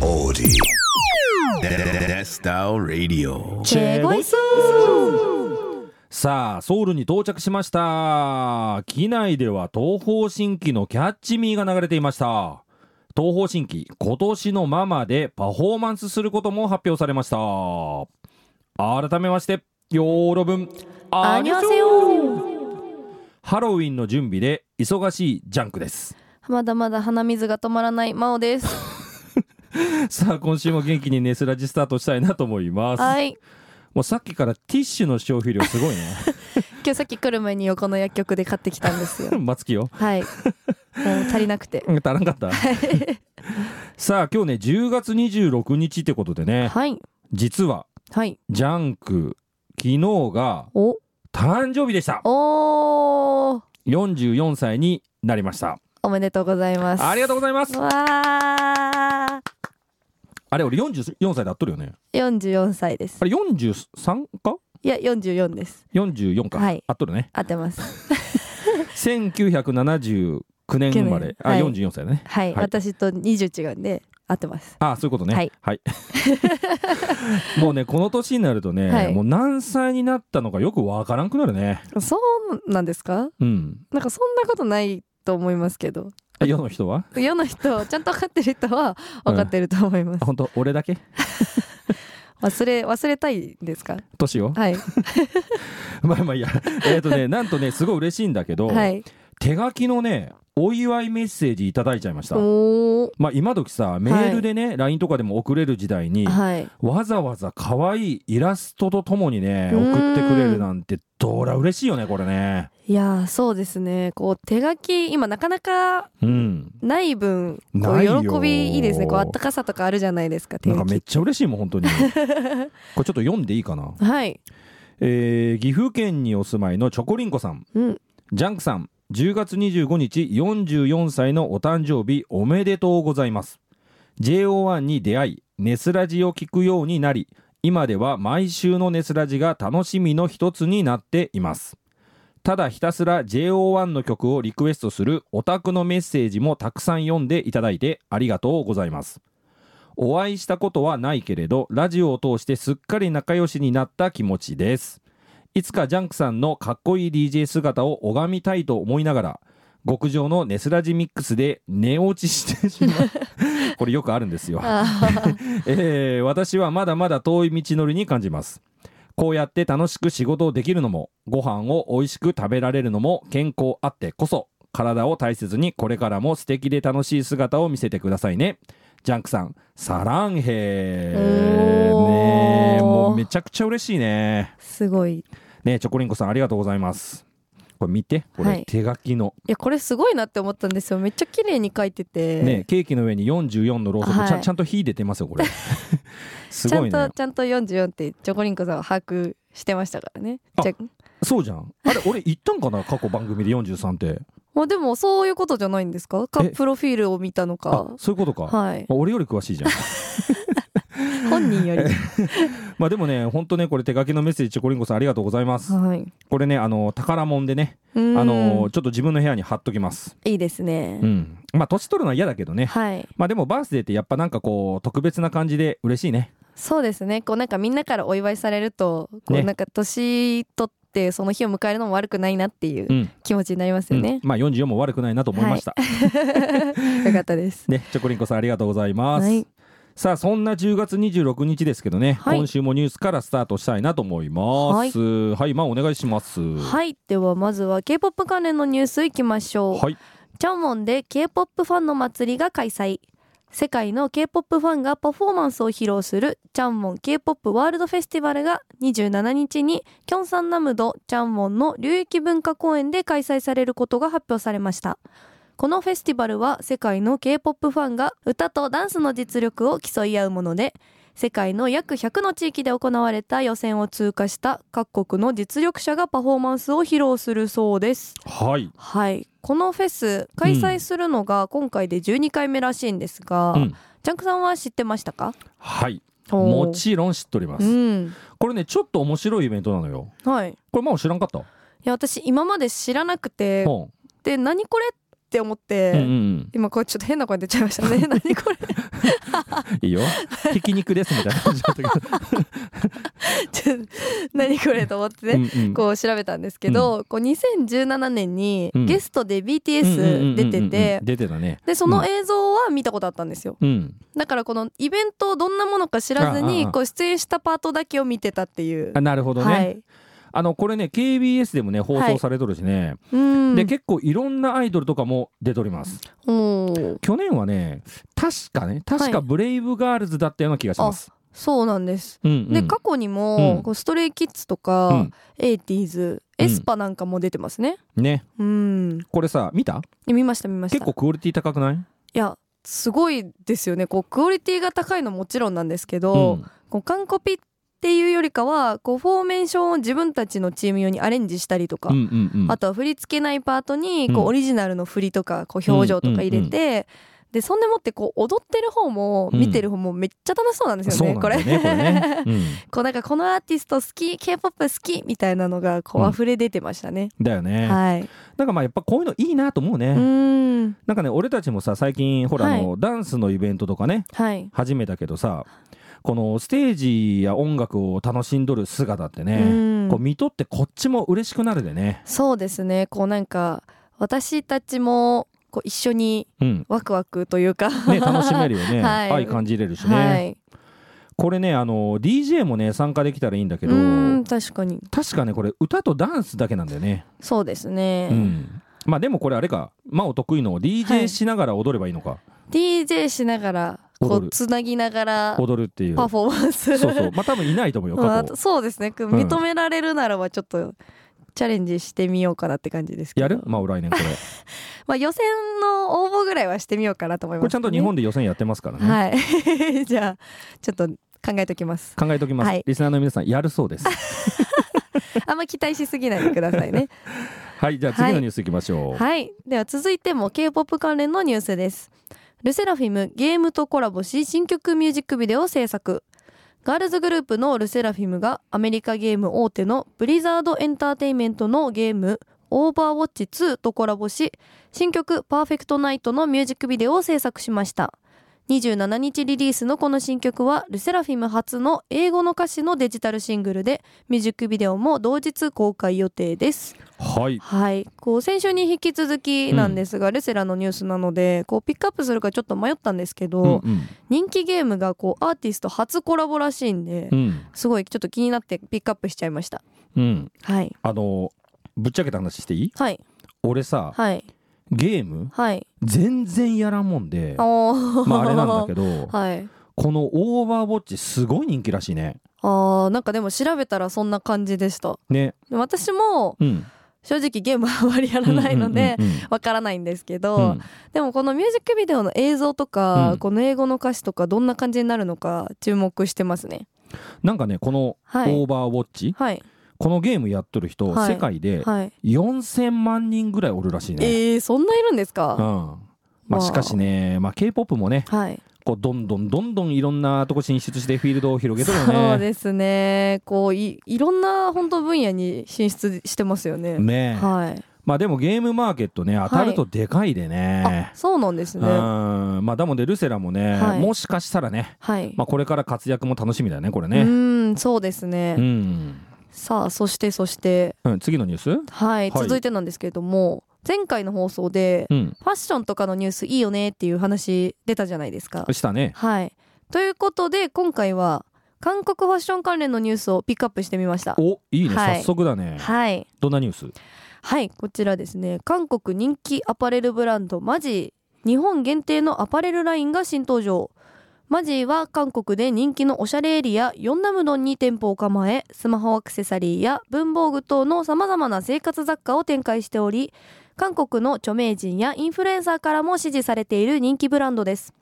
melody. Destyle Radio. チェゴイスさあ、ソウルに到着しました。機内では東方神起のキャッチミーが流れていました。東方神起、今年のママでパフォーマンスすることも発表されました。改めまして、ヨーロ分、アアニョハセヨハロウィンの準備で忙しいジャンクです。まだまだ鼻水が止まらない真央です。さあ、今週も元気にネスラジスタートしたいなと思います。はい。もうさっきからティッシュの消費量すごいね。 今日さっき来る前に横の薬局で買ってきたんです よ。松木よ。はい。もう足りなくて。うん足らんかった。さあ、今日ね、10月26日ってことでね、はい。実は、はい。ジャンク、昨日がお誕生日でした。おー44歳になりました。おめでとうございます。ありがとうございます。わーあれ、俺44歳で合っとるよね。 44歳ですあ。れ、43かいや、44です。 ?44 か。はい合っとるね。合ってます。 1979年生まれ。あ、はい44歳だね。はい。はい私と20違うんで、合ってます。あそういうことね。ははいい。 もうね、この年になるとね、はいもう何歳になったのかよくわからんくなるね。そうなんですかうん。なんかそんなことないと思いますけど。え世の人は 世の人ちゃんと分かってる人は分かってると思います、 本当俺だけ忘れ忘れたいですか年 をはいまあまあいいや えっとねなんとねすごい嬉しいんだけど、はい手書きのねお祝いメッセージいただいちゃいましたおーまあ今時さメールでね、LINE とかでも送れる時代にはいわざわざ可愛いイラストとともにねうーん送ってくれるなんてどら嬉しいよねこれねいやーそうですねこう手書き今なかなかうんない分こなういよ喜びいいですねこうあったかさとかあるじゃないですか手なん書かめっきちゃ嬉しいもん本 当にこれちょっと読んでいいかな、はいえー岐阜県にお住まいのチョコリンコさんうんジャンクさん、10月25日44歳のお誕生日おめでとうございます。JO1 に出会い、ネスラジを聞くようになり、今では毎週のネスラジが楽しみの一つになっています。ただひたすら JO1 の曲をリクエストするオタクのメッセージもたくさん読んでいただいてありがとうございます。お会いしたことはないけれど、ラジオを通してすっかり仲良しになった気持ちです。いつかジャンクさんのかっこいい DJ 姿を拝みたいと思いながら、極上のネスラジミックスで寝落ちしてしまう。これよくあるんですよ。あえー私はまだまだ遠い道のりに感じます。こうやって楽しく仕事をできるのも、ご飯を美味しく食べられるのも健康あってこそ、体を大切にこれからも素敵で楽しい姿を見せてくださいね。ジャンクさん、サランヘおーねえもうめちゃくちゃ嬉しいね。ーすごいいねえチョコリンコさんありがとうございますこれ見てこれ、はい手書きの、やこれすごいなって思ったんですよめっちゃ綺麗に書いてて、ねえケーキの上に44のろうそく、はいちゃんちゃんと火出てますよ これすちゃごいんねとちゃんと44ってチョコリンコさんは把握してましたからねあじゃそうじゃんあれ俺言ったんかな過去番組で43ってまあでもそういうことじゃないんですかかえプロフィールを見たのかあそういうことか、はいまあ俺より詳しいじゃん本人よりまあでもね本当ねこれ手書きのメッセージチョコリンコさんありがとうございます はいこれねあの宝物でねああのちょっと自分の部屋に貼っときますいいですねうん、まあ年取るのは嫌だけどねはいまあでもバースデーってやっぱなんかこう特別な感じで嬉しいねそうですねこうなんかみんなからお祝いされるとこうねなんか年取ってその日を迎えるのも悪くないなっていううん、気持ちになりますよねうん、まあ44も悪くないなと思いました、よかったですね、チョコリンコさんありがとうございます。はいさあそんな10月26日ですけどね、はい今週もニュースからスタートしたいなと思います。はい、まあお願いします。ははいではまずは K-POP 関連のニュースいきましょうい、チャーモンで K-POP ファンの祭りが開催世界の K-POP ファンがパフォーマンスを披露するチャンモン K-POP ワールドフェスティバルが27日にキョンサンナムドチャンモンの流域文化公園で開催されることが発表されましたこのフェスティバルは世界の K-POP ファンが歌とダンスの実力を競い合うもので世界の約100の地域で行われた予選を通過した各国の実力者がパフォーマンスを披露するそうですはい、はい、このフェス開催するのが今回で12回目らしいんですが、うんジャンクさんは知ってましたかはい、おーもちろん知っておりまうす。んこれねちょっと面白いイベントなのよ。はい、いこれまあ知らんかった。や私今まで知らなくてうんで何これっって思って、うんうん今これちょっと変な声出ちゃいました ね何これ いいよ。ひき肉ですみたいな感じだったけど。ちょっと何これと思ってね、うんうんこう調べたんですけど、こう2017年にうんゲストでうんうんうんうん BTS 出てて出てたね。でその映像は見たことあったんですようん。だからこのイベントをどんなものか知らずああにあこう出演したパートだけを見てたっていうあ、なるほどね。はいあのこれね KBS でもね放送されとるしね。うんで結構いろんなアイドルとかも出ております。おー去年はね確かね確はかいブレイブガールズだったような気がします。そうなんですうんうんで過去にも、うんこうストレイキッズとうか、んエイティーズうんエスパなんかも出てますねねうんこれさ見た見ました見ました結構クオリティ高くない、いやすごいですよねこうクオリティが高いのもちろんなんですけうど、ん、こう完コピっていうよりかはこうフォーメーションを自分たちのチーム用にアレンジしたりとか、うんうんうんあとは振り付けないパートにこうんうオリジナルの振りとかこう表情とか入れて、でそんでもってこう踊ってる方もうん見てる方もめっちゃ楽しそうなんですよそうね、なんこだれ。よねこれね、 こうなんかこのアーティスト好き k p o p 好きみたいなのがこうんう溢れ出てましたね。うん、だよね、はい、なんかまあやっぱこういうのいいなと思うね、うーんなんかね俺たちもさ最近ほら、あのダンスのイベントとかねはい、始めたけどさこのステージや音楽を楽しんどる姿ってうね、んこう見とってこっちも嬉しくなるでねそうですねこうなんか私たちもこう一緒にうんワクワクというか、 ね楽しめるよね、はい愛感じれるし ね、はい、これねあの DJ もね参加できたらいいんだけうどーん確かに確かねこれ歌とダンスだけなんだよね、そうですうね、んまあでもこれあれかまあお得意のは DJ いしながら踊ればいいのか、 DJ しながらこ踊るうつなぎながら踊るっていうパフォーマンスそ うそうまあ多分いないと思うよまあ過あ去とそうですねん認められるならばちょっとチャレンジしてみようかなって感じですけどやるまあ来 年これまあ予選の応募ぐらいはしてみようかなと思いこます、れちゃんと日本で予選やってますからね、はい じゃあちょっと考えときます考えておきます、はいリスナーの皆さんやるそうです あんま期待しすぎないでくださいねはいじゃあ次のニュースいきましょう、はいでは続いても K-POP 関連のニュースですルセラフィムゲームとコラボし新曲ミュージックビデオを制作ガールズグループのルセラフィムがアメリカゲーム大手のブリザードエンターテインメントのゲームオーバーウォッチ2とコラボし新曲パーフェクトナイトのミュージックビデオを制作しました27日リリースのこの新曲はルセラフィム初の英語の歌詞のデジタルシングルでミュージックビデオも同日公開予定ですはいはい、こう先週に引き続きなんですが、ルセラのニュースなのでこうピックアップするかちょっと迷ったんですけど、うんうん人気ゲームがこうアーティスト初コラボらしいんで、うんすごいちょっと気になってピックアップしちゃいましたうんはいあのぶっちゃけた話していいはい俺さ、はいゲームはい全然やらんもんでーまああれなんだけど はいこのオーバーウォッチすごい人気らしいねあーなんかでも調べたらそんな感じでしたねで私もうん正直ゲームはあまりやらないのでうんうんわからないんですけど、うんうんでもこのミュージックビデオの映像とか、うんこの英語の歌詞とかどんな感じになるのか注目してますねなんかねこのはいオーバーウォッチ、はいこのゲームやっとる人、はい世界ではい4000万人ぐらいおるらしいね、えー、そんないるんですうんか、まあ、わあしかしね、まあ、k p o p もねはい、こうどんどんどんどんいろんなとこ進出してフィールドを広げてるよねそうですねこういいろんな本当分野に進出してますよねねえはいまあでもゲームマーケットね当たるとでかいであね、そうなんですねうんまあだもんでルセラもね、はいもしかしたらね、はい、まあ、これから活躍も楽しみだよねこれうねーんそうですね、うん、さあそしてそしてうん、次のニュースはい、はい続いてなんですけれども前回の放送でうんファッションとかのニュースいいよねっていう話出たじゃないですかしたねはいということで今回は韓国ファッション関連のニュースをピックアップしてみましたおいいね、はい早速だね、はいどんなニュースはいこちらですね韓国人気アパレルブランドマジー日本限定のアパレルラインが新登場マジーは韓国で人気のおしゃれエリアヨンナムドンに店舗を構えスマホアクセサリーや文房具等のさまざまな生活雑貨を展開しており韓国の著名人やインフルエンサーからも支持されている人気ブランドです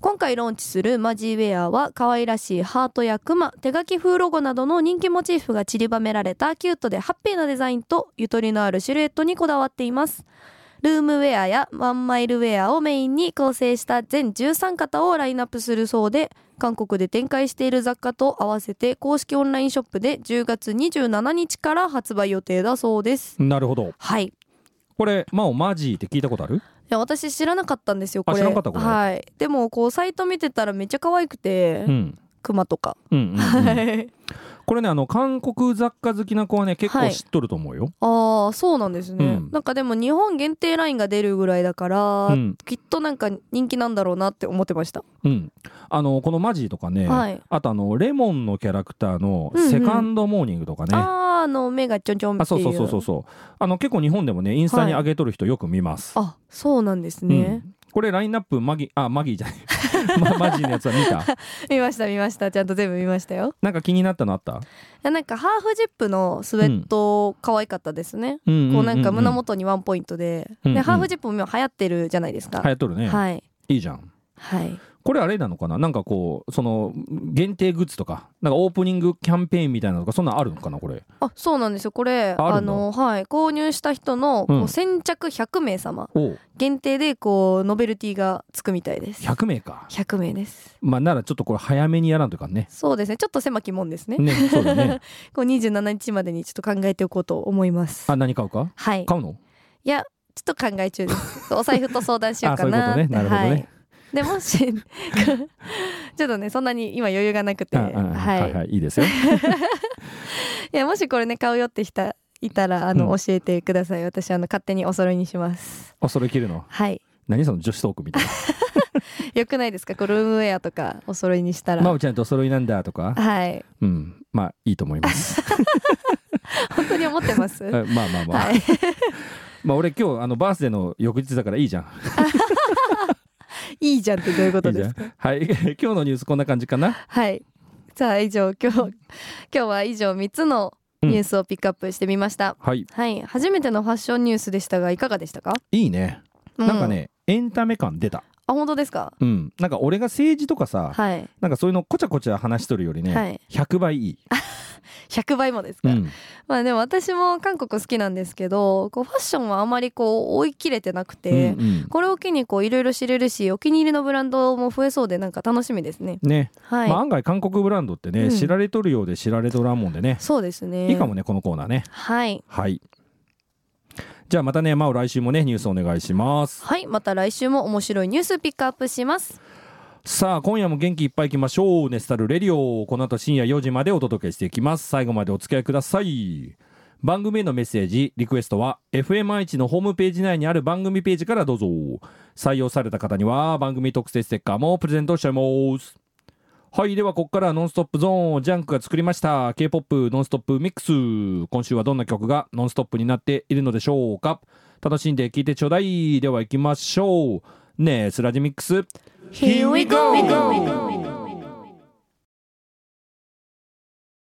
今回ローンチするマジーウェアは可愛らしいハートやクマ手書き風ロゴなどの人気モチーフが散りばめられたキュートでハッピーなデザインとゆとりのあるシルエットにこだわっていますルームウェアやワンマイルウェアをメインに構成した全13型をラインナップするそうで韓国で展開している雑貨と合わせて公式オンラインショップで10月27日から発売予定だそうですなるほどはいこれマオマジーって聞いたことあるや私知らなかったんですよこあれ知らなかったこれはいでもこうサイト見てたらめっちゃ可愛くて、うんクマとか、うんうんうん、はいこれねあの韓国雑貨好きな子はね結構はい知っとると思うよ、 ああそうなんですね、うんなんかでも日本限定ラインが出るぐらいだから、うんきっとなんか人気なんだろうなって思ってました、うん、あのこのマジーとかね、はいあとあのレモンのキャラクターのうんうんセカンドモーニングとかね、あああの目がちょんちょんあってそいううそうそうそうそうあの結構日本でもねインスタに上げとる人よく見ます、あそうなんですうね、んこれラインナップマギあマギーじゃない、 ま、マジーのやつは見た見ました見ましたちゃんと全部見ましたよなんか気になったのあった、いやなんかハーフジップのスウェット可愛かったですね、うんうこうなんか胸元にワンポイントで,、うんうでんハーフジップも今流行ってるじゃないですか、流行っとるね、はいい、いじゃんはいこれあれなのかななんかこうその限定グッズとかなんかオープニングキャンペーンみたいなのとかそんなんあるのかなこれあそうなんですよこれああるの、のはい、購入した人のうんこう先着100名様お限定でこうノベルティがつくみたいです100名か100名ですまあならちょっとこれ早めにやらんといかんねそうですねちょっと狭きもんですねねそうだねこう27日までにちょっと考えておこうと思いますあ何買うかはいちょ買うのっと考え中です お財布と相談しようあかそういうこなとねなるほどね、はいでもし ちょっとねそんなに今余裕がなくて、ああははい、はいい、はいいい ですよいやもしこれね買うよって人いたらあの、うん教えてください私あの勝手にお揃いにしますあそれ着るのはい何その女子トークみたいよくないですかこうルームウェアとかお揃いにしたなら、「まおちゃんとお揃いなんだ」とかはいうんまあいいと思います 本当に思って ますえまあまあまあ、はいまあ俺今日あのバースデーの翌日だからいいじゃんいいじゃんってどういうこいといじでゃすんかはい 今日のニュースこんな感じかなはいさあ以上今日今日は以上3つのニュースをピックアップしてみました、はいはい初めてのファッションニュースでしたがいかがでしたか、いいねうなんかね、エンタメ感出たあ本当ですかうんなんか俺が政治とかさ、はい、なんかそういうのこちゃこちゃ話しとるよりね、はい100倍いい、 100倍もですうか、ん、まあでも私も韓国好きなんですけどこうファッションはあまりこう追い切れてなくて、うんうんこれを機にこういろいろ知れるしお気に入りのブランドも増えそうでなんか楽しみですねね、はい、まあ、案外韓国ブランドってね、うん知られとるようで知られとらんもんでね、そうですねいいかもねこのコーナーねはいはいじゃあまたねまあ来週もねニュースお願いしますはいまた来週も面白いニュースピックアップしますさあ今夜も元気いっぱいいきましょうネスタルレディオこの後深夜4時までお届けしていきます最後までお付き合いください番組へのメッセージリクエストは FMI1 のホームページ内にある番組ページからどうぞ採用された方には番組特製ステッカーもプレゼントしちゃいますはいではここからはノンストップゾーンジャンクが作りました K-POP ノンストップミックス今週はどんな曲がノンストップになっているのでしょうか楽しんで聴いてちょうだいでは行きましょうねえスラジミックス Here we go!